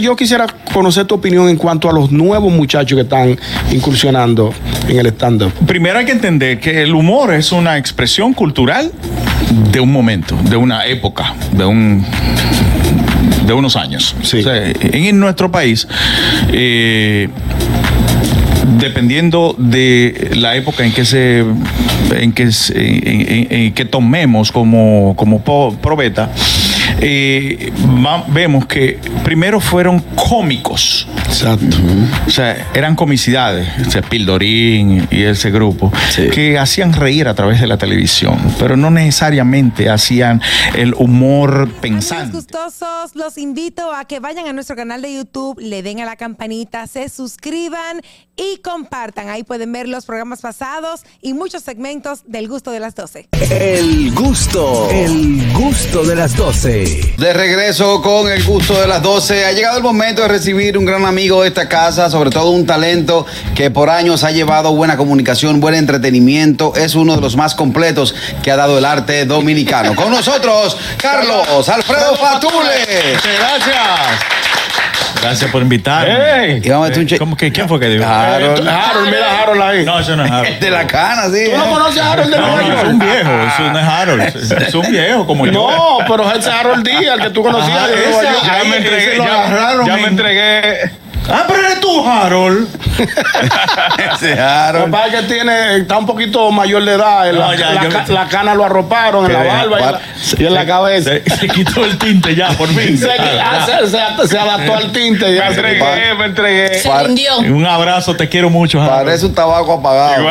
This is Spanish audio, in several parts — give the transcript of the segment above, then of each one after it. Yo quisiera conocer tu opinión en cuanto a los nuevos muchachos que están incursionando en el stand-up. Primero hay que entender que el humor es una expresión cultural de un momento, de una época, de un de unos años. Sí. O sea, en nuestro país, eh, dependiendo de la época en que se en que, se- en- en- en que tomemos como, como po- probeta, eh, va- vemos que primero fueron cómicos. Exacto. O sea, eran comicidades, o sea, Pildorín y ese grupo, Sí. que hacían reír a través de la televisión, pero no necesariamente hacían el humor Amigos pensante. gustosos, los invito a que vayan a nuestro canal de YouTube, le den a la campanita, se suscriban y compartan. Ahí pueden ver los programas pasados y muchos segmentos del gusto de las 12. El gusto, el gusto de las 12. De regreso con el gusto de las 12. Ha llegado el momento de recibir un gran amigo de esta casa, sobre todo un talento que por años ha llevado buena comunicación, buen entretenimiento. Es uno de los más completos que ha dado el arte dominicano. Con nosotros, Carlos Alfredo Fatule. Muchas gracias. Gracias por invitarme. Eh, ¡Ey! Y vamos a meter un che- ¿Cómo que quién fue que dijo? Harold. Harold, mira a Harold ahí. No, eso no es Harold. De la cana, sí. ¿eh? ¿Tú no conoces a Harold de No, Nueva no, York? es un viejo, eso no es Harold, es un viejo como yo. No, pero es Harold Díaz, el que tú conocías Ajá, de ese, Nueva York. ahí, Ahí, ese ese lo lo agarraron ya me en- entregué. Ah, pero eres tú, Harold. Ese Lo que Harold. pasa es que tiene, está un poquito mayor de edad. en No, la, ya, la yo ca- me- la cana lo arroparon en la Que de- barba y en la- y en la cabeza. Se, se quitó el tinte ya, por fin. Se, ah, se- se- se adaptó al tinte. Ya entregué, me entregué. Pare- Un abrazo, te quiero mucho, Harold. Parece un tabaco apagado.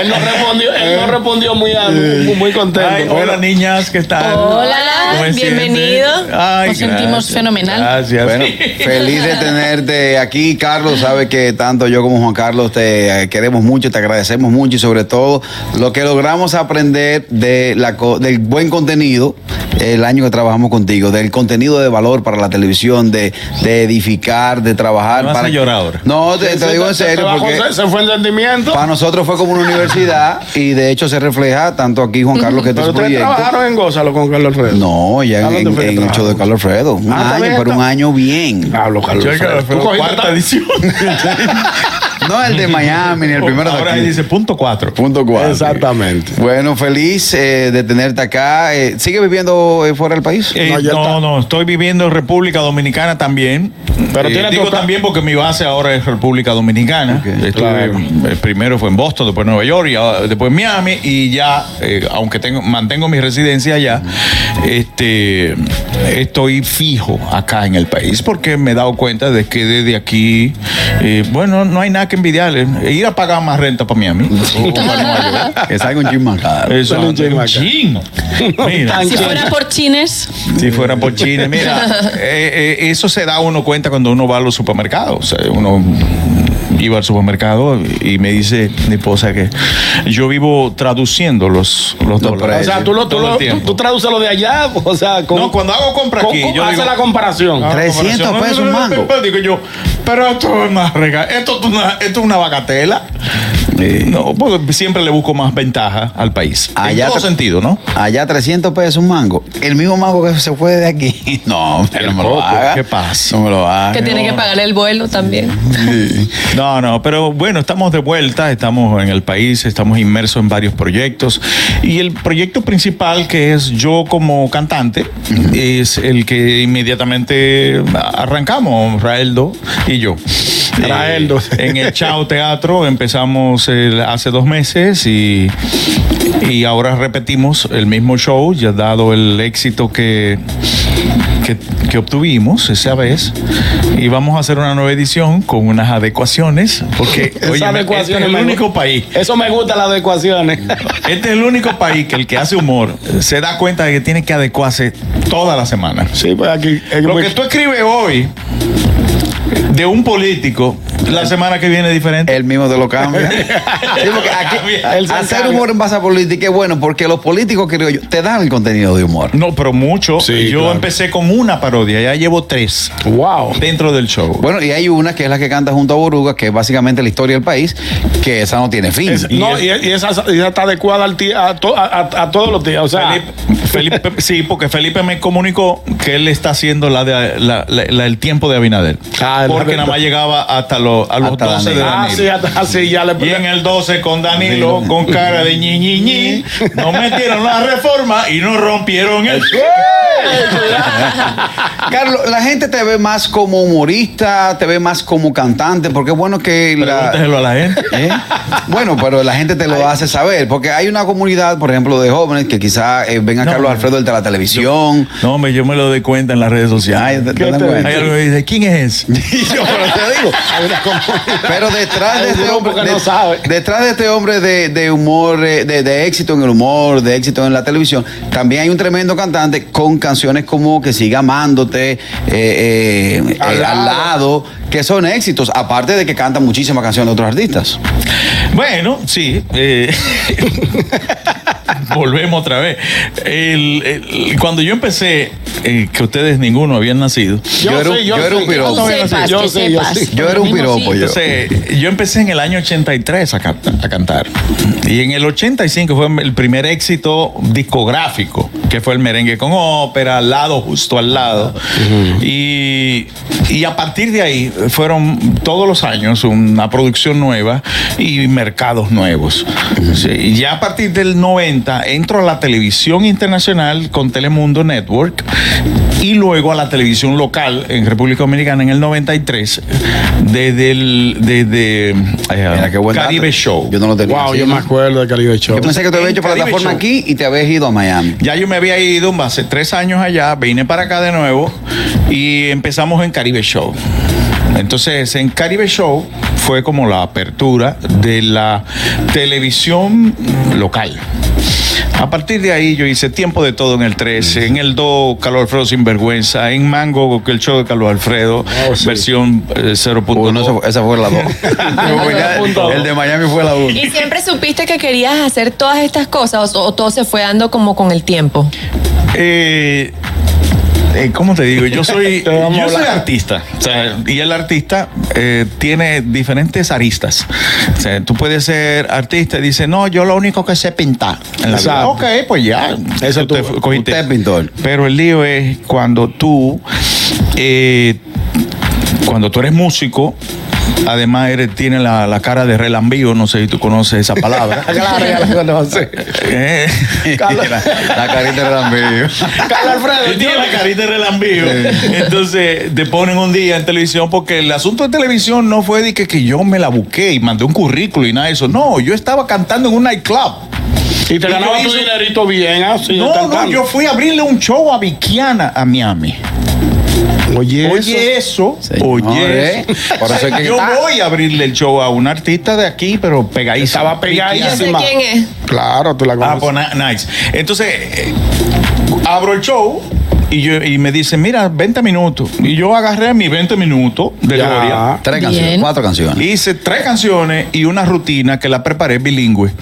Él no respondió, él no respondió muy, a- muy, muy contento. Ay, hola niñas, ¿qué tal? Hola, ¿Cómo se bienvenido. sienten? Ay, Nos sentimos gracias. fenomenal. Gracias. Bueno, feliz de tenerte aquí, Carlos. Sabes que tanto yo como Juan Carlos te eh, queremos mucho, te agradecemos mucho y sobre todo lo que logramos aprender de la, co- del buen contenido eh, el año que trabajamos contigo, del contenido de valor para la televisión, de, de edificar, de trabajar. Me vas a para... llorar ahora. No, te, te Se- digo en se- se serio bajó- porque... se, se fue el sentimiento. Para nosotros fue como una universidad y de hecho se refleja tanto aquí Juan Carlos que Pero estos ustedes proyectos. trabajaron en Gózalo con Carlos Alfredo. No, ya ¿A en, dónde fue que en el show de trabajaron? Carlos Alfredo. Un Ah, año, también pero un está. año bien. Ah, Hablo, Carlos. Yo Alfredo. creo que fue Tú cogiste cuarta tan- edición. No el de Miami ni el primero de Ahora aquí. dice punto cuatro. Punto cuatro. Exactamente. Bueno, feliz eh, de tenerte acá. Eh, ¿Sigue viviendo eh, fuera del país? Eh, No, no, ya está. no, estoy viviendo en República Dominicana también. Pero Eh, tiene digo tu- también porque mi base ahora es República Dominicana. Estuve, claro. eh, primero fue en Boston, después en Nueva York, y ahora- después en Miami y ya, eh, aunque tengo, mantengo mi residencia allá, este, estoy fijo acá en el país porque me he dado cuenta de que desde aquí, eh, bueno, no hay nada que envidiarle. Ir a pagar más renta para Miami. o para Nueva York. Que salga un chin más caro. Eso, Solo un chin un acá. chin. Mira, Si fuera por chines, si fuera por China, mira, eh, eh, eso se da uno cuenta cuando uno va a los supermercados. O sea, uno iba al supermercado y me dice mi esposa que yo vivo traduciendo los, los, O dólares. sea, tú, lo, tú, todo el lo, tú, tiempo. tú traduces lo de allá. O sea, con, no, cuando hago compra con- aquí, con- yo hace digo, "Ah, la comparación. hago 300 comparación. pesos un mango. Digo yo, pero esto es una rega, esto es una, esto es una bagatela. No, porque siempre le busco más ventaja al país. Allá en todo te- sentido, ¿no? Allá 300 pesos un mango. El mismo mango que se fue de aquí. No, hombre, no me lo Tampoco, haga. ¿qué pasa? No me lo haga. que tiene que pagar el vuelo también. No, no, pero bueno, estamos de vuelta, estamos en el país, estamos inmersos en varios proyectos y el proyecto principal que es yo como cantante es el que inmediatamente arrancamos, Raeldo y yo. Raeldo. Eh, en el Chao Teatro empezamos el- hace dos meses y, y ahora repetimos el mismo show, ya dado el éxito que, que, que obtuvimos esa vez. Y vamos a hacer una nueva edición con unas adecuaciones, porque Esas óyeme, este es adecuaciones el me único gu- país. Eso me gusta, las adecuaciones. Este es el único país que el que hace humor se da cuenta de que tiene que adecuarse toda la semana. sí, pues aquí. es Lo muy- que tú escribes hoy de un político Eh. La semana que viene es diferente. Él mismo te lo cambia. Sí, porque aquí, Él se hacer encarga. humor en base a política es bueno porque los políticos, creo yo, te dan el contenido de humor. No, pero mucho. Sí, Yo claro. empecé con una parodia, ya llevo tres Wow. dentro del show. Bueno, y hay una que es la que canta junto a Boruga, que es básicamente la historia del país, que esa no tiene fin. Es- no, y, y esa, y esa está adecuada al ti- a, to- a- a- a todos los días. O sea, Felipe, Felipe- sí, porque Felipe me comunicó que él está haciendo la de la- la- la- el tiempo de Abinader. Ah, la porque verdad. nada más llegaba hasta los, a los Hasta 12 de Danilo. Danilo. ah, sí, hasta- sí, ya le Y en el 12 con Danilo, con cara de ñi, ñi, ñi, nos metieron la reforma y nos rompieron el Carlos, la gente te ve más como humorista, te ve más como cantante, porque es bueno que la. Pregúntaselo a la gente. ¿Eh? Bueno, pero la gente te lo hace saber, porque hay una comunidad, por ejemplo, de jóvenes que quizá eh, venga No, Carlos Alfredo el de la televisión. No, hombre, yo me lo doy cuenta en las redes Ay, sociales. te- te ¿Qué dan te cuenta. Hay algo que dice, ¿quién es ese? Y yo, pero te digo. Pero detrás de Hay un este grupo hombre, que de- no sabe. detrás de este hombre de, de humor, eh, de, de éxito en el humor, de éxito en la televisión, también hay un tremendo cantante con canciones como Que siga amándote, eh, eh, eh, Al al, lado. que son éxitos, aparte de que canta muchísimas canciones de otros artistas. Bueno, sí. eh, volvemos otra vez. El- el- cuando yo empecé, eh, que ustedes ninguno habían nacido, Yo, Yo era un- sí, yo era un sí. piropo. Yo Que sí, sepas, yo que sí, yo sepas. sí. Yo era un piropo, yo. Entonces, yo empecé en el año 83 a, canta- a cantar. Y en el 85 fue el primer éxito discográfico, que fue el merengue con ópera, al lado, justo al lado. y, y a partir de ahí fueron todos los años una producción nueva y mercados nuevos. Sí, y ya a partir del 90 entro a la televisión internacional con Telemundo Network y luego a la televisión local en República Dominicana en el 93 desde el desde eh, Mira, qué buen dato. Caribe Show. Yo no lo tenía. Wow, Sí, yo ¿no? me acuerdo de Caribe Show. Yo pensé que te habías hecho En Caribe plataforma Show. aquí y te habías ido a Miami. Ya yo me había ido hace tres años allá, vine para acá de nuevo y empezamos en Caribe Show. Entonces, en Caribe Show fue como la apertura de la televisión local. A partir de ahí yo hice tiempo de todo en el 13, en el 2, Carlos Alfredo Sinvergüenza, en Mango, que el show de Carlos Alfredo, Oh, sí. versión eh, 0.2. Uy, no, esa, fue- esa fue la 2. el de Miami fue la 1. ¿Y siempre supiste que querías hacer todas estas cosas o, o todo se fue dando como con el tiempo? Eh, eh, ¿Cómo te digo? Yo soy, Te vamos a yo soy hablar. artista. O sea, y el artista eh, tiene diferentes aristas. O sea, tú puedes ser artista y dices, no, yo lo único que sé es pintar. En la vida. Exacto. Ok, pues ya. Eso Tú te tú- cogiste. usted es pintor. Pero el lío es cuando tú, eh, cuando tú eres músico, además eres, tienes la, la cara de relambío, no sé si tú conoces esa palabra. Claro, ya lo conoce. Eh, Carlos- la, la carita de Ramiro. Carlos Alfredo, Él tiene yo- la carita de relambío. Entonces te ponen un día en televisión porque el asunto de televisión no fue de que, que yo me la busqué y mandé un currículo y nada de eso. No, yo estaba cantando en un nightclub. Y te Y ganaba yo tu hice- dinerito bien, así. No, no, cantando. yo fui a abrirle un show a Vikiana a Miami. Oye, Oye eso, Señores, oye eso. ¿eh? por eso es que- yo voy a abrirle el show a un artista de aquí, pero pegadísima. Estaba pegadísima. Yo sé Encima. quién es. Claro, tú la Ah, conoces. pues na- nice. Entonces, eh, abro el show y, yo, y me dicen, mira, 20 minutos. Y yo agarré mis 20 minutos de Ya. gloria. Tres Bien. canciones, cuatro canciones. Hice tres canciones y una rutina que la preparé bilingüe.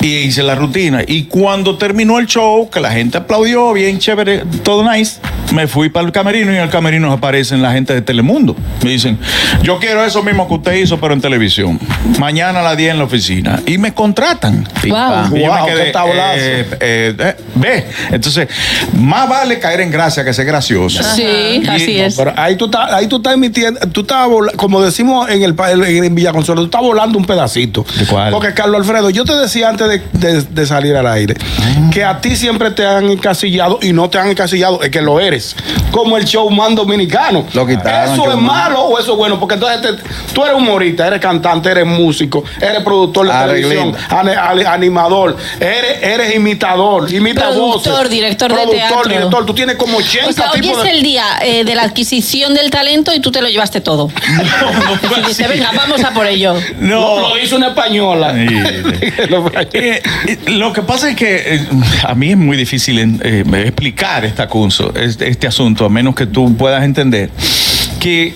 Y hice la rutina. Y cuando terminó el show, que la gente aplaudió, bien chévere, todo nice, me fui para el camerino y en el camerino aparecen la gente de Telemundo. Me dicen, yo quiero eso mismo que usted hizo, pero en televisión. Mañana a las 10 en la oficina. Y me contratan. Pim, Wow. pam. Y yo me Wow, qué quedé, tablazo. eh, eh, eh, ve, entonces, más vale caer en gracia que ser gracioso. Sí, así es. Pero ahí tú estás, ahí tú estás emitiendo, tú estás, vola- como decimos en el pa- en Villa Consuelo, tú estás volando un pedacito. ¿De cuál? Porque Carlos Alfredo, yo te decía antes de, de- de salir al aire que a ti siempre te han encasillado y no te han encasillado, es que lo eres, como el showman dominicano. Lo quitaron, Eso es showman. malo o eso es bueno, porque entonces te- tú eres humorista, eres cantante, eres músico, eres productor de Arreglín. televisión, ane- ale- animador, eres, eres imitador, imita Productor, voces, director de productor, teatro. director, tú tienes como 80 O sea, hoy tipos es de el día eh, de la adquisición del talento y tú te lo llevaste todo. Dijiste, venga, vamos a por ello. No. Lo, lo hizo una española. Sí, sí. Lo fallé. Eh, eh, lo que pasa es que eh, a mí es muy difícil en- eh, explicar esta cunso- este, este asunto, a menos que tú puedas entender que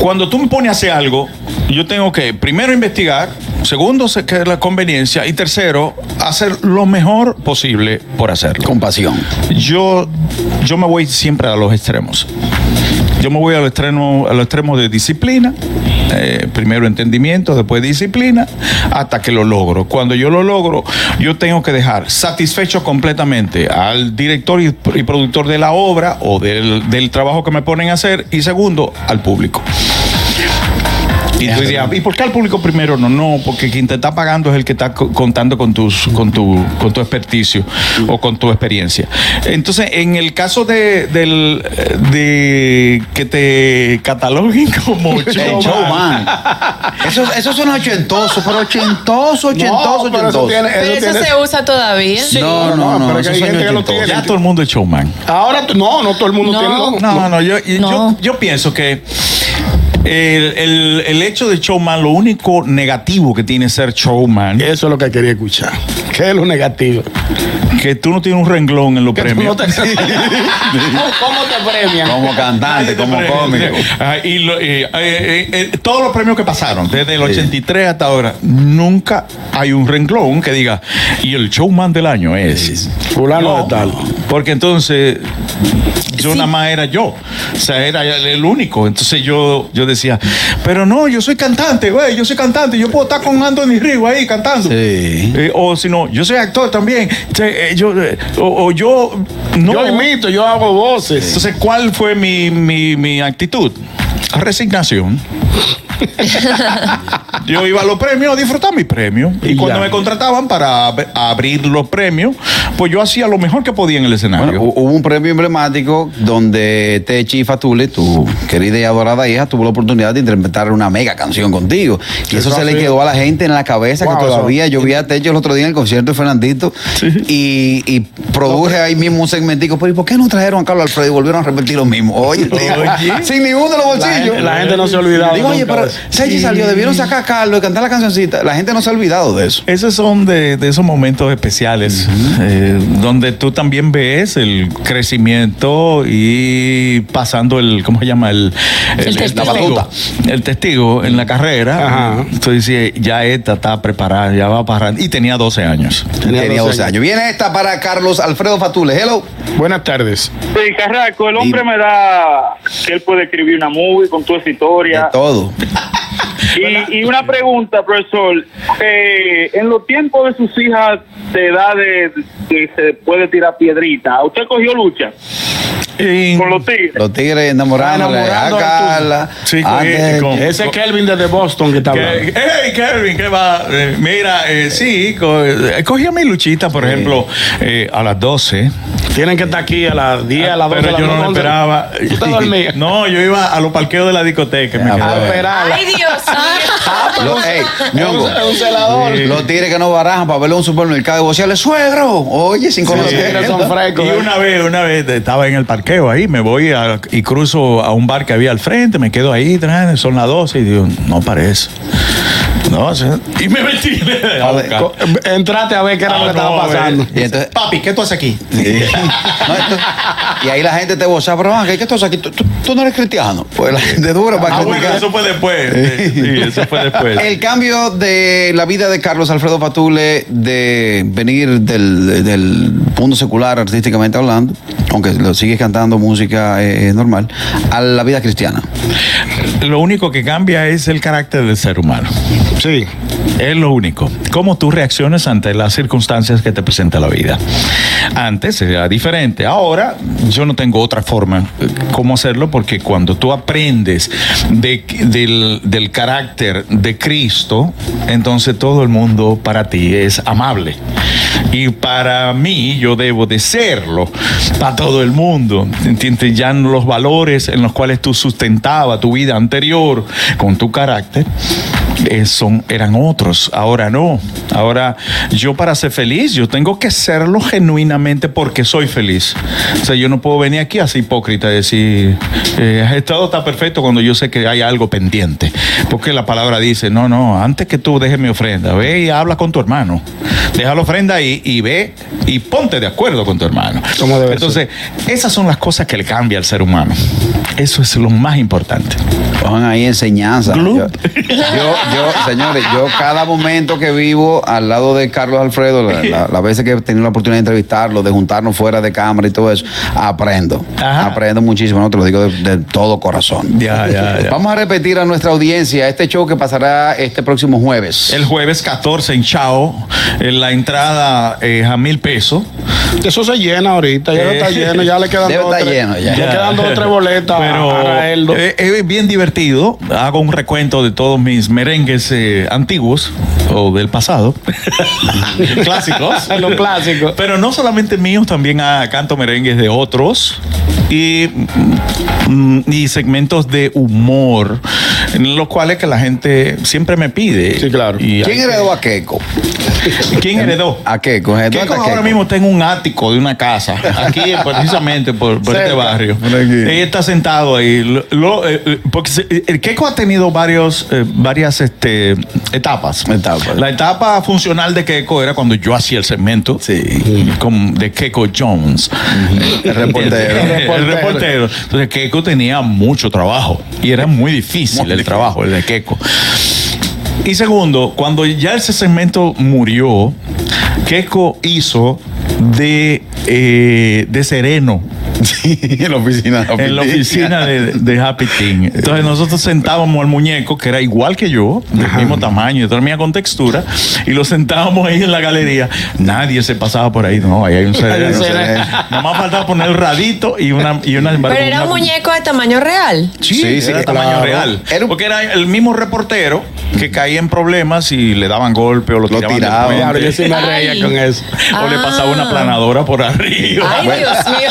cuando tú me pones a hacer algo, yo tengo que primero investigar, segundo, se- que es la conveniencia, y tercero, hacer lo mejor posible por hacerlo. Con pasión. Yo, yo me voy siempre a los extremos. Yo me voy a los extremos, a los extremos de disciplina, eh, primero entendimiento, después disciplina, hasta que lo logro. Cuando yo lo logro, yo tengo que dejar satisfecho completamente al director y, y productor de la obra o del, del trabajo que me ponen a hacer, y segundo, al público. Y tú dirías, ¿y por qué al público primero no? No, porque quien te está pagando es el que está co- contando con, tus, con, tu, con tu experticio o con tu experiencia. Entonces, en el caso de, del, eh, de que te cataloguen como El showman, showman. Eso, eso suena ochentoso, pero ochentoso, ochentoso, pero eso ochentoso. tiene- Pero eso tiene- se usa todavía. No, no, no, pero es eso que hay suena gente que lo ochentoso. tiene. ya todo el mundo es showman. Ahora, tú- no, no todo el mundo No, tiene. No, No, no, no, yo, y- No. Yo, yo pienso que el, el- el hecho de showman, lo único negativo que tiene ser showman, Eso es lo que quería escuchar. ¿Qué es lo negativo? que tú no tienes un renglón en los Que tú no premios. te- ¿Cómo te premian? Como cantante, como cómico. Ah, y lo- y, eh, eh, eh, todos los premios que pasaron, desde el 83 hasta ahora, nunca hay un renglón que diga, y el showman del año es. Fulano de tal. Porque entonces yo nada más era yo, o sea, era el el único. Entonces yo, yo decía, pero no, yo soy cantante, güey, yo soy cantante, yo puedo estar con Anthony Río ahí cantando. Sí. Eh, o si no, yo soy actor también. Che, eh, yo, eh, o, o yo, no. Yo imito, yo hago voces. Entonces, ¿cuál fue mi, mi- mi actitud? Resignación. Yo iba a los premios a disfrutar mis premios. Y, Y cuando ya. me contrataban para ab- abrir los premios, pues yo hacía lo mejor que podía en el escenario. Bueno, hu- hubo un premio emblemático donde Techi Fatule, tu querida y adorada hija, tuvo la oportunidad de interpretar una mega canción contigo. Y eso, Eso se le ha sido- quedó a la gente en la cabeza Wow, que eso- todavía yo vi a Techi el otro día en el concierto de Fernandito y, y produje ahí mismo un segmentico. Pero ¿y por qué no trajeron a Carlos Alfredo y volvieron a repetir lo mismo? Oye, tío, Oye. sin ninguno de los La bolsillos. gente, la gente no se ha olvidado. Digo, oye, nunca pero de eso. Techi salió, debieron sacar a Carlos y cantar la cancioncita. La gente no se ha olvidado de eso. Esos son de, de esos momentos especiales eh, donde tú también ves el crecimiento y pasando el, ¿cómo se llama? El, El testigo. la batuta. El testigo en la carrera. Ajá. Entonces dice, ya esta está preparada, ya va para... Y tenía 12 años. Tenía Tenía 12 años. Viene esta para Carlos Alfredo Fatule. Hello. Buenas tardes. Sí, Carraco, el hombre Dime. me da que él puede escribir una movie con toda esa De historia. todo. Y, y una pregunta, profesor. Eh, en los tiempos de sus hijas de edad de que se puede tirar piedrita, ¿usted cogió lucha Y- con los tigres? Los tigres enamorándole Enamorando a al Carla. Sí, a con- que- con- Ese es Kelvin desde Boston que está Que- hablando. hey, Kevin, ¿qué va? Eh, mira, eh, sí, co- eh, cogí a mi luchita, por ejemplo, eh, a las 12. Tienen que estar aquí a las 10, a las 12. pero a las yo no me 11. esperaba. ¿Tú te dormías? No, yo iba a los parqueos de la discoteca. y me Ah, quedaba. A esperar. Ay, Dios Ah, mío. Los, ey, Ñongo, Es un celador. Sí. los tigres que no barajan para verlo en un supermercado y vocales, suegro. Oye, sin Los tigres conocer. son frescos. Y una vez, una vez estaba en el parqueo ahí, me voy a- y cruzo a un bar que había al frente, me quedo ahí, tra- son las 12 y digo, no parece. No, o sea, y me metí. a ver, buscar. Co- Entrate a ver qué era lo que Ah, no, estaba a ver. pasando. Y entonces- Papi, ¿qué tú haces aquí? Sí. No, esto- y ahí la gente te boza, pero ah, ¿qué es esto? O sea, que tú, tú- tú no eres cristiano. Pues la gente dura para Ah, bueno, criticar. eso fue después. Sí, sí, eso fue después. El cambio de la vida de Carlos Alfredo Fatule de venir del, del mundo secular artísticamente hablando, aunque lo sigues cantando música eh, normal, a la vida cristiana. Lo único que cambia es el carácter del ser humano. Sí. Es lo único. Cómo tú reaccionas ante las circunstancias que te presenta la vida. Antes era diferente. Ahora yo no tengo otra forma eh, cómo hacerlo porque cuando tú aprendes de- del, del carácter de Cristo, entonces todo el mundo para ti es amable. Y para mí yo debo de serlo para todo el mundo. ¿Entiendes? Ya los valores en los cuales tú sustentabas tu vida anterior con tu carácter eh, son, eran otros. Ahora no. Ahora yo para ser feliz, yo tengo que serlo genuinamente porque soy feliz. O sea, yo no puedo venir aquí así hipócrita y decir, eh, has estado tan perfecto cuando yo sé que hay algo pendiente. Porque la palabra dice, no, no, antes que tú dejes mi ofrenda, ve y habla con tu hermano. Deja la ofrenda ahí y ve y ponte de acuerdo con tu hermano. Como debe ser. Entonces, esas son las cosas que le cambia al ser humano. Eso es lo más importante. Cojan ahí enseñanza. Yo, Gloop. yo- yo, señores, yo cada momento que vivo al lado de Carlos Alfredo, la- la- las veces que he tenido la oportunidad de entrevistarlo, de juntarnos fuera de cámara y todo eso, aprendo. Ajá. Aprendo muchísimo, no te lo digo de, de todo corazón. Ya, ya, ya. Vamos a repetir a nuestra audiencia este show que pasará este próximo jueves. El jueves 14 en Chao, eh, la entrada es a mil pesos. Eso se llena ahorita, ya no está Eh. lleno, ya le quedan Debe dos o estar tres- lleno ya. le quedan dos o tres boletas Pero para él. eh, es bien divertido. Hago un recuento de todos mis merengues eh, antiguos o del pasado. clásicos. Los clásicos. Pero no solamente míos, también ah, canto merengues de otros y, mm, y segmentos de humor, en los cuales que la gente siempre me pide. Sí, claro. Y ¿Quién hay- heredó a Keiko? ¿Quién heredó? A Keiko. ¿Dónde Keiko está ahora Keiko? mismo está en un ático de una casa, aquí precisamente por, por este Cerca, barrio. por aquí. Ella está sentado ahí. Lo- lo- eh, eh, porque se- eh, el Keiko ha tenido varios, eh, varias este, etapas. Etapas. La etapa funcional de Keiko era cuando yo hacía el segmento con- de Keiko Jones. El reportero. El reportero. El reportero. Entonces Keiko tenía mucho trabajo y era muy difícil el trabajo, el de Keiko. Y segundo, cuando ya ese segmento murió, Keiko hizo de, eh, de sereno Sí, en la oficina. en la oficina de, de Happy Team. Entonces nosotros sentábamos al muñeco, que era igual que yo, del mismo tamaño, de la misma contextura, y lo sentábamos ahí en la galería. Nadie se pasaba por ahí. No, ahí hay un Hay sereno. un sereno. Nada más faltaba poner el radito y una... Y una Pero era un muñeco de tamaño real. Sí, Sí, sí, era tamaño claro. real. Era un- Porque era el mismo reportero que caía en problemas y le daban golpe o lo, Lo tiraban. del tiraban. puente. Claro, yo sí me reía Ay. con eso. O le Ah. pasaba una planadora por arriba. Ay, Bueno. Dios mío.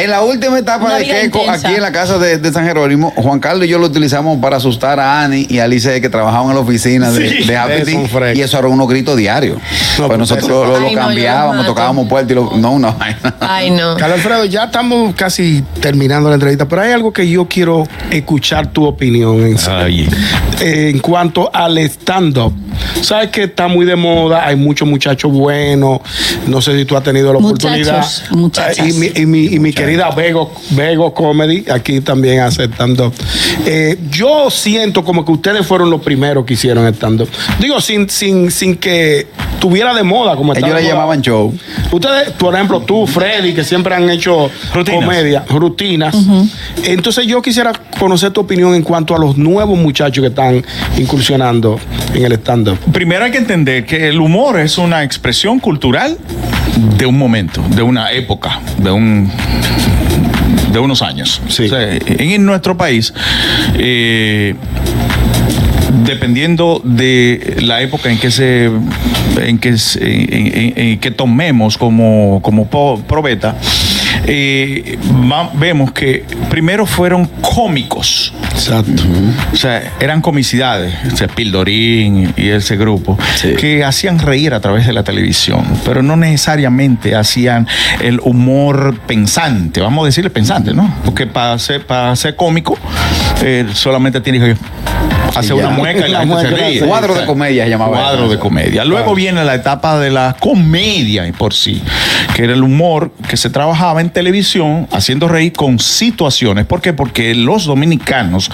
En la última etapa Una de vida Keiko, intensa. aquí en la casa de, de San Jerónimo, Juan Carlos y yo lo utilizamos para asustar a Ani y a Alice que trabajaban en la oficina de, Sí. de Happy Es Tea, un fresco. Y eso era unos gritos diarios. pues pues nosotros eso- lo, lo- lo Ay, no, yo cambiábamos, los mato. tocábamos puertas y lo. No, una vaina. Ay, no. Carlos Alfredo, ya estamos casi terminando la entrevista, pero hay algo que yo quiero escuchar tu opinión en, Ay. en cuanto al stand-up. Sabes que está muy de moda, hay muchos muchachos buenos, no sé si tú has tenido la oportunidad. Muchachos, muchachas. Eh, Y mi, y mi- y mi querida Vego, Vego Comedy, aquí también hace stand-up. Eh, yo siento como que ustedes fueron los primeros que hicieron stand-up. Digo, sin, sin, sin que tuviera de moda como está Ellos de le moda. llamaban show. Ustedes, por ejemplo, tú, Freddy, que siempre han hecho Rutinas. comedia, rutinas. Entonces yo quisiera conocer tu opinión en cuanto a los nuevos muchachos que están incursionando en el stand-up. Primero hay que entender que el humor es una expresión cultural de un momento, de una época, de un de unos años. Sí. O sea, en nuestro país, eh, dependiendo de la época en que se en que, se- en- en- en que tomemos como, como po- probeta, eh, va- vemos que primero fueron cómicos. Exacto. O sea, eran comicidades, o sea, Pildorín y ese grupo, que hacían reír a través de la televisión, pero no necesariamente hacían el humor pensante, vamos a decirle pensante, ¿no? Porque para ser, para ser cómico eh, solamente tienes que hacer ya. una mueca y la, La gente mueca, se ríe. sí. Cuadro de comedia se llamaba Cuadro eso. de comedia. Luego viene la etapa de la comedia y por sí, que era el humor que se trabajaba en televisión haciendo reír con situaciones. ¿Por qué? Porque los dominicanos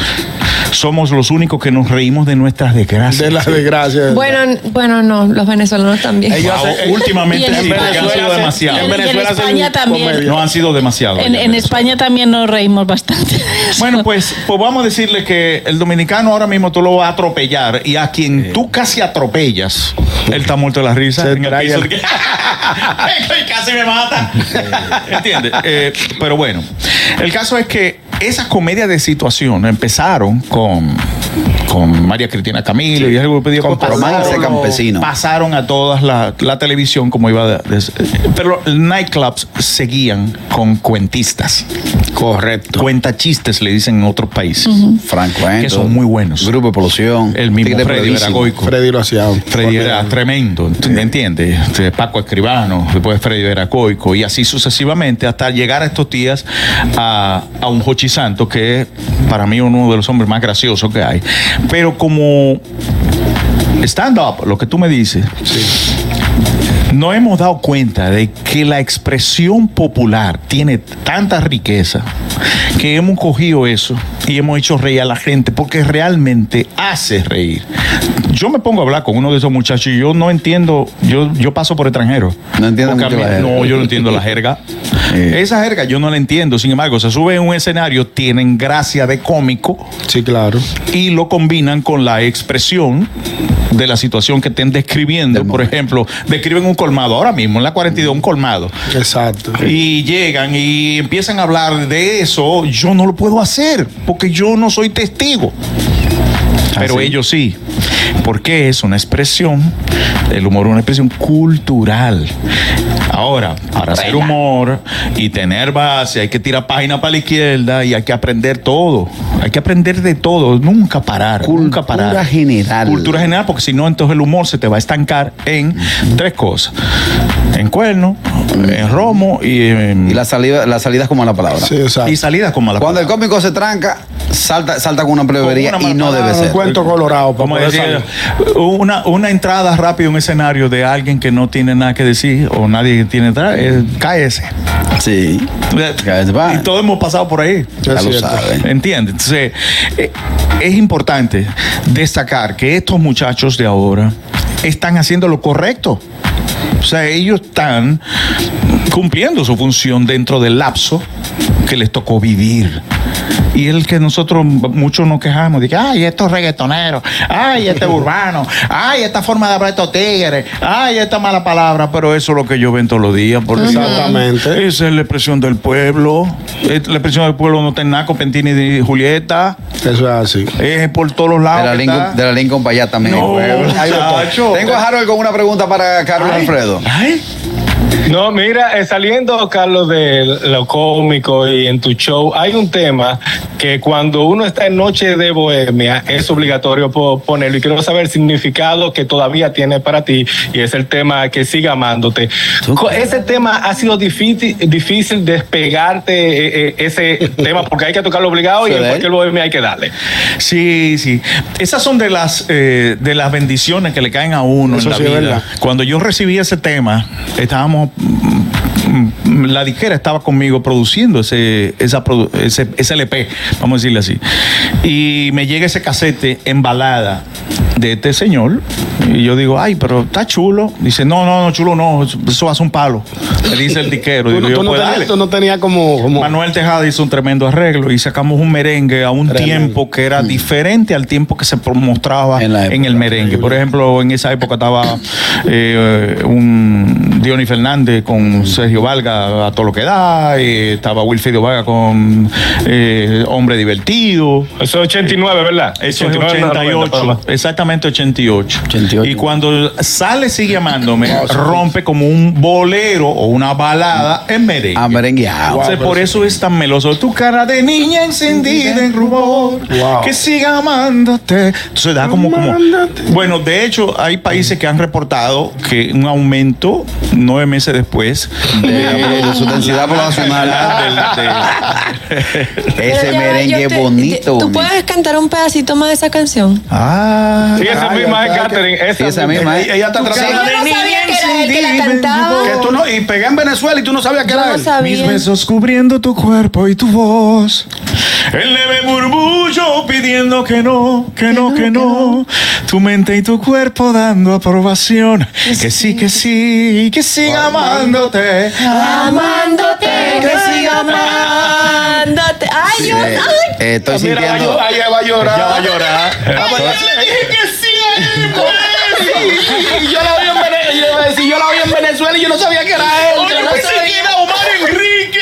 somos los únicos que nos reímos de nuestras desgracias. De la desgracia. Bueno, n- bueno, no, los venezolanos también. Ellos Wow, hacen- últimamente y en sí, porque han Venezuela sido hacen- demasiado. y en- y en hacen España también. comedia. No han sido demasiado. En, en España también nos reímos bastante. Ah, Bueno, pues, pues vamos a decirle que el dominicano ahora mismo tú lo vas a atropellar y a quien tú casi atropellas, él está muerto de la risa. Se en el traga piso. el- Y casi me mata. ¿Entiendes? Eh, pero bueno, el caso es que esas comedias de situación empezaron con, con María Cristina Camilo y ese grupo de Con pasaron- Romance Campesino. Pasaron a todas la, la televisión como iba. de- de- pero los nightclubs seguían con cuentistas. Correcto. Cuenta chistes, le dicen en otros países. Franco, Que son muy buenos. Grupo de Polución. El mismo Tigre Freddy bravísimo. Veragoico. Freddy lo hacía. Freddy era tremendo, ¿tú me ¿entiendes? Este, Paco Escribano, después Freddy Veracoico, y así sucesivamente hasta llegar a estos días a, a un Hochi Santos, que es para mí uno de los hombres más graciosos que hay. Pero como stand-up, lo que tú me dices, no hemos dado cuenta de que la expresión popular tiene tanta riqueza que hemos cogido eso y hemos hecho reír a la gente porque realmente hace reír. Yo me pongo a hablar con uno de esos muchachos y yo no entiendo, yo, yo paso por extranjero. No entiendo Porque a mucho mí- la jerga. No, yo no entiendo la jerga. Esa jerga yo no la entiendo. Sin embargo, se sube en un escenario, tienen gracia de cómico Sí, claro. y lo combinan con la expresión de la situación que estén describiendo. Por ejemplo, describen un colmado ahora mismo, en la 42, un colmado. Exacto. Y llegan y empiezan a hablar de eso. Yo no lo puedo hacer porque yo no soy testigo. Pero Ah, sí? ellos sí, porque es una expresión, el humor es una expresión cultural. Ahora, para hacer humor y tener base, hay que tirar página para la izquierda y hay que aprender todo. Hay que aprender de todo, nunca parar, nunca parar. Cultura general. Cultura general, porque si no, entonces el humor se te va a estancar en tres cosas: en cuerno, en romo y en. Y la salida, la salida es como la palabra. Sí, exacto. y salidas con mala Cuando el cómico se tranca, salta, salta con una plebería Con una y no mala debe Ah, Un ser. cuento colorado. para Como poder decía, salir. una, una entrada rápida a un escenario de alguien que no tiene nada que decir o nadie tiene nada, eh, cáese. Sí. Ya se va. Y todos hemos pasado por ahí. Es Ya lo cierto. sabe. ¿Entiendes? Entonces, eh, es importante destacar que estos muchachos de ahora están haciendo lo correcto. O sea, ellos están cumpliendo su función dentro del lapso que les tocó vivir. Y el que nosotros muchos nos quejamos, de que, ay, estos reggaetoneros, ay, este urbano, ay, esta forma de hablar de estos tigres, ay, esta mala palabra, pero eso es lo que yo ven todos los días. Porque Exactamente. esa es la expresión del pueblo. Es- La expresión del pueblo no está en Naco, Pentini ni Julieta. Eso es así. Es por todos los De lados. la, que Lincoln, Ah, está. de la Lincoln para allá también. No, Hay de todo. muchacho. Tengo a Harold con una pregunta para Carlos Alfredo. Ay, No, mira, eh, saliendo, Carlos, de lo cómico y en tu show, hay un tema que cuando uno está en Noche de Bohemia es obligatorio po- ponerlo y quiero saber el significado que todavía tiene para ti y es el tema que sigue amándote. Co- Ese tema ha sido difícil, difícil despegarte eh, eh, ese tema porque hay que tocarlo obligado y en ¿Será él? cualquier Pues Bohemia hay que darle. sí, sí. Esas son de las eh, de las bendiciones que le caen a uno Eso en la sí es vida. verdad. Cuando yo recibí ese tema, estábamos mm, mm, la disquera estaba conmigo produciendo ese, esa produ- ese, ese LP, vamos a decirle así. Y me llega ese casete embalada de este señor. Y yo digo, ay, pero está chulo. Dice, no, no, no, chulo, no, eso- eso hace un palo. Le dice el Tú, disquero. Digo, no- yo, tú no pues, tenías, dale. tú no tenías como. como- Manuel Tejada hizo un tremendo arreglo y sacamos un merengue a un Tremendo. tiempo que era diferente al tiempo que se pro- mostraba Mm. En en, la época. el merengue. Por ejemplo, en esa época estaba eh, un Diony Fernández con Sergio Valga a todo lo que da, y estaba Wilfrido Valga con eh, Hombre Divertido. Eso es 89, ¿verdad? Eso es 89, 88, 90, exactamente 88. 88. Y cuando sale Sigue Amándome, rompe como un bolero o una balada en merengue. A Ah, merengueado. Entonces, por eso es tan meloso. Tu cara de niña encendida en rubor, Wow. que siga amándote. Entonces da como, como. Amándote. Bueno, de hecho, hay países que han reportado que un aumento nueve meses después De, de su densidad poblacional. del- del- de- Ese merengue es bonito. ¿Tú bonito. puedes cantar un pedacito más de esa canción? Ah, Sí, esa Ay, misma ay, es ay, Catherine. Sí, esa misma. ¿eh? Ella está Tu tratando cara Yo no de sabía niña que era él que la encendida en cantaba. rubor. Que tú no, y pegué en Venezuela y tú no sabías que Yo era no él. sabía. Mis besos cubriendo tu cuerpo y tu voz. El leve murmullo pidiendo que no, que no, que no. Tu mente y tu cuerpo dando aprobación. Que sí, que Ah. sí, que siga amándote. Amándote, que siga amándote. Ay, Sí, yo, eh, ay, eh, estoy Mira, ahí sintiendo. va- ahí va a llorar. Ya va a llorar. Ah, pues, Estoy- yo le dije que sí a él, pues. Y yo la vi en Vene- y le iba a decir, yo la vi en Venezuela y yo no sabía que era él. Yo no sabía. Omar Enrique.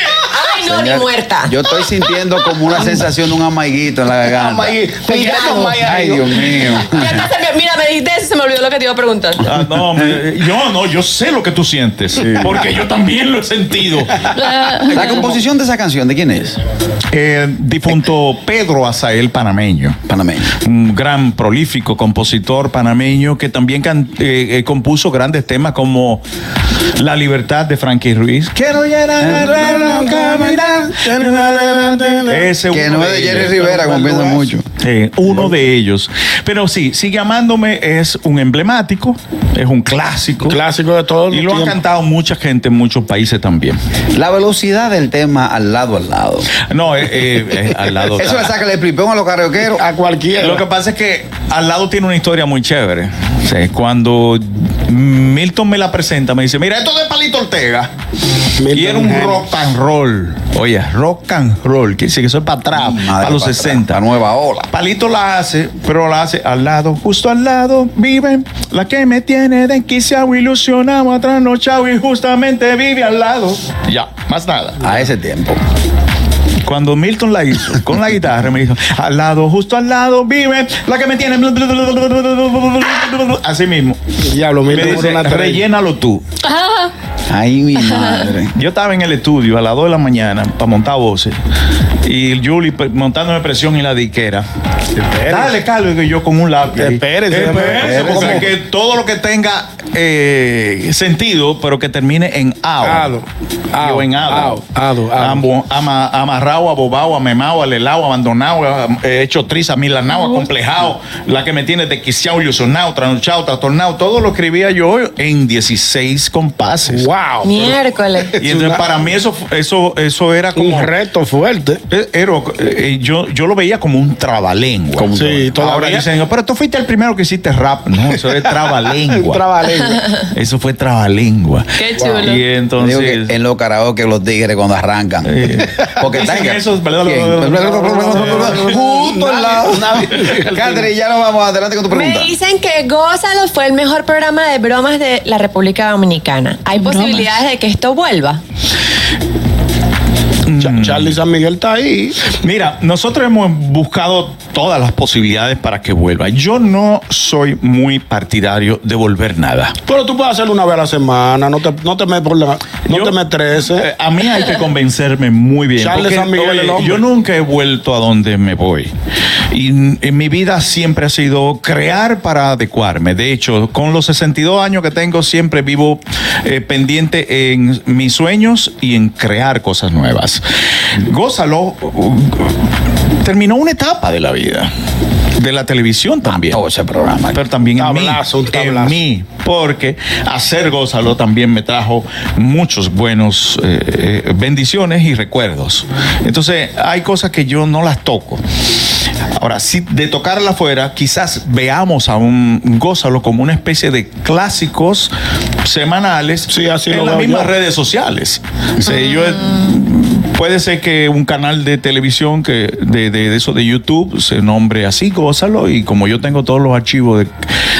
Ay, no, ni Señor, muerta. Yo estoy sintiendo como una sensación de un amaiguito en la garganta. Cuidado. Ay, Dios mío. Ya está, se me- mira, me dijiste eso y se me olvidó lo que te iba a preguntar. Ah, no, me- yo no, yo sé lo que tú sientes, porque yo también lo he sentido. La composición de esa canción, ¿de quién es? El Eh, difunto Pedro Azael panameño. Panameño. un gran prolífico compositor panameño que también can- eh, eh, compuso grandes temas como La libertad de Frankie Ruiz. Eh, Quiero llegar a la cama y- Ese Que uno no es de Jerry ellos. Rivera, como piensan mucho. Eh, uno de ellos. Pero sí, sigue amándome, es un emblemático, es un clásico. Clásico de todos y los lo ha tiempos. cantado mucha gente en muchos países también. La velocidad del tema al lado al lado. No, eh, eh, eh, al lado. Eso le saca el explipón a los karaokeros. A cualquiera. Lo que pasa es que al lado tiene una historia muy chévere. Sí, cuando Milton me la presenta, me dice, mira, esto es de Palito Ortega. Milton y era un Henry. rock and roll. Oye, rock and roll. Que dice que eso es para atrás, para los 60. La nueva ola. Palito la hace, pero la hace al lado, justo al lado, vive la que me tiene desquiciado, ilusionado, atranochado y justamente vive al lado. Ya, más nada. A ese tiempo. Cuando Milton la hizo con la guitarra, me dijo, al lado, justo al lado, vive la que me tiene. Así mismo. Diablo, Me mira, dice, una estrella. rellénalo tú. Ah, Ay, mi madre. Yo estaba en el estudio a las 2 de la mañana para montar voces. Y Julie pe- montándome presión en la diquera. Dale, Carlos, que yo con un lápiz. Espérese, Espérese, espérese. porque que todo lo que tenga eh, sentido, pero que termine en ao. Ado. Yo Ao, en ado. ao, ado, ado. Ambo- ama- amarrado, abobado, amemado, alelado, abandonado, am- eh, hecho triza, milanado, acomplejado. La que me tiene desquiciado, ilusionado, tranuchado, trastornado. Todo lo escribía yo en 16 compases. Wow. Miércoles. Y entonces para mí eso, eso, eso era como... Un reto fuerte. Eh, Ero, eh, yo, yo lo veía como un trabalengua. Como un Sí, trabalengua. Ahora todavía. dicen, pero tú fuiste el primero que hiciste rap. No, eso es trabalengua. Trabalengua. Eso fue trabalengua. Qué chulo. Y entonces. Digo que en los karaoke los tigres cuando arrancan. Porque Dicen están en- esos- Justo al lado. Catherine, ya nos vamos adelante con tu pregunta. Me dicen que Gózalo fue el mejor programa de bromas de la República Dominicana. ¿Hay Bromas. posibilidades de que esto vuelva? Mm. Cha- Charlie San Miguel está ahí. Mira, nosotros hemos buscado todas las posibilidades para que vuelva. Yo no soy muy partidario de volver nada. Pero tú puedes hacerlo una vez a la semana. No te, no te me por la- no Yo- te me trece. Eh, A mí hay que convencerme muy bien. Charles porque, San Miguel, el hombre. yo nunca he vuelto a donde me voy. Y n- en mi vida siempre ha sido crear para adecuarme. De hecho, con los 62 años que tengo, siempre vivo eh, pendiente en mis sueños y en crear cosas nuevas. Gózalo uh, terminó una etapa de la vida. De la televisión también. Ah, Todo ese programa. Pero también en mí, Tablazo, un en tablazo. mí mí, porque hacer Gózalo también me trajo muchos buenos eh, eh, bendiciones y recuerdos. Entonces, hay cosas que yo no las toco. Ahora, si de tocarla fuera, quizás veamos a un Gózalo como una especie de clásicos semanales Sí, así en lo las veo mismas yo. redes sociales. O sea, yo he- Puede ser que un canal de televisión que de, de- de eso de YouTube se nombre así, Gózalo, y como yo tengo todos los archivos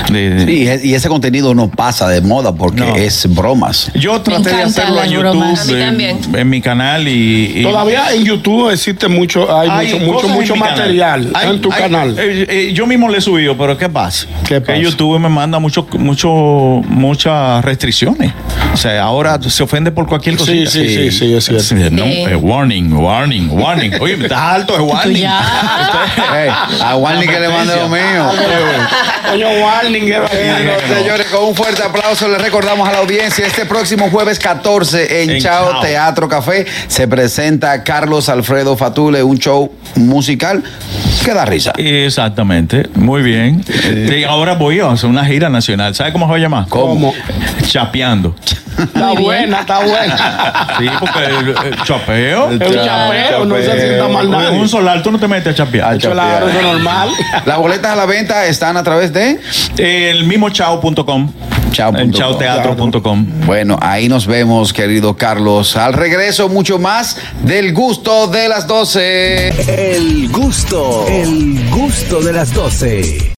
de, de- Sí, y ese contenido no pasa de moda porque No. es bromas. Yo traté de encantan hacerlo en las YouTube, bromas. A mí en- también. En, mi canal y, y- Todavía en YouTube existe mucho, hay, Hay mucho, mucho, cosas en mucho mi canal. material Hay- en tu hay- canal. eh, eh, yo mismo le he subido, pero ¿qué pasa? ¿Qué pasa? Que YouTube me manda mucho, mucho, muchas restricciones. O sea, ahora se ofende por cualquier cosa. Sí, sí, sí, sí, es cierto. no, eh, warning, warning, warning. Oye, estás alto, es warning. ya. Ey, a Warney que le mande lo mío. Coño, warning, era Bueno, señores, con un fuerte aplauso les recordamos a la audiencia, este próximo jueves 14 en, En Chao, Chao. Teatro Café se presenta Carlos Alfredo Fatule, un show musical que da risa. Exactamente, muy bien. Sí, ahora voy a hacer una gira nacional. ¿Sabes Eh. cómo se va a llamar? ¿Cómo? Chapeando. Está buena, está buena. Sí, porque el, el Es chapeo. un chapeo, no se chapeo. sienta mal Con nadie. un solar tú no te metes a chapear. Claro, eso es normal. Las boletas a la venta están a través de... El mismo chao.com. Chao.com. El chaoteatro.com. Bueno, ahí nos vemos, querido Carlos. Al regreso, mucho más del gusto de las 12. El gusto, el gusto de las 12.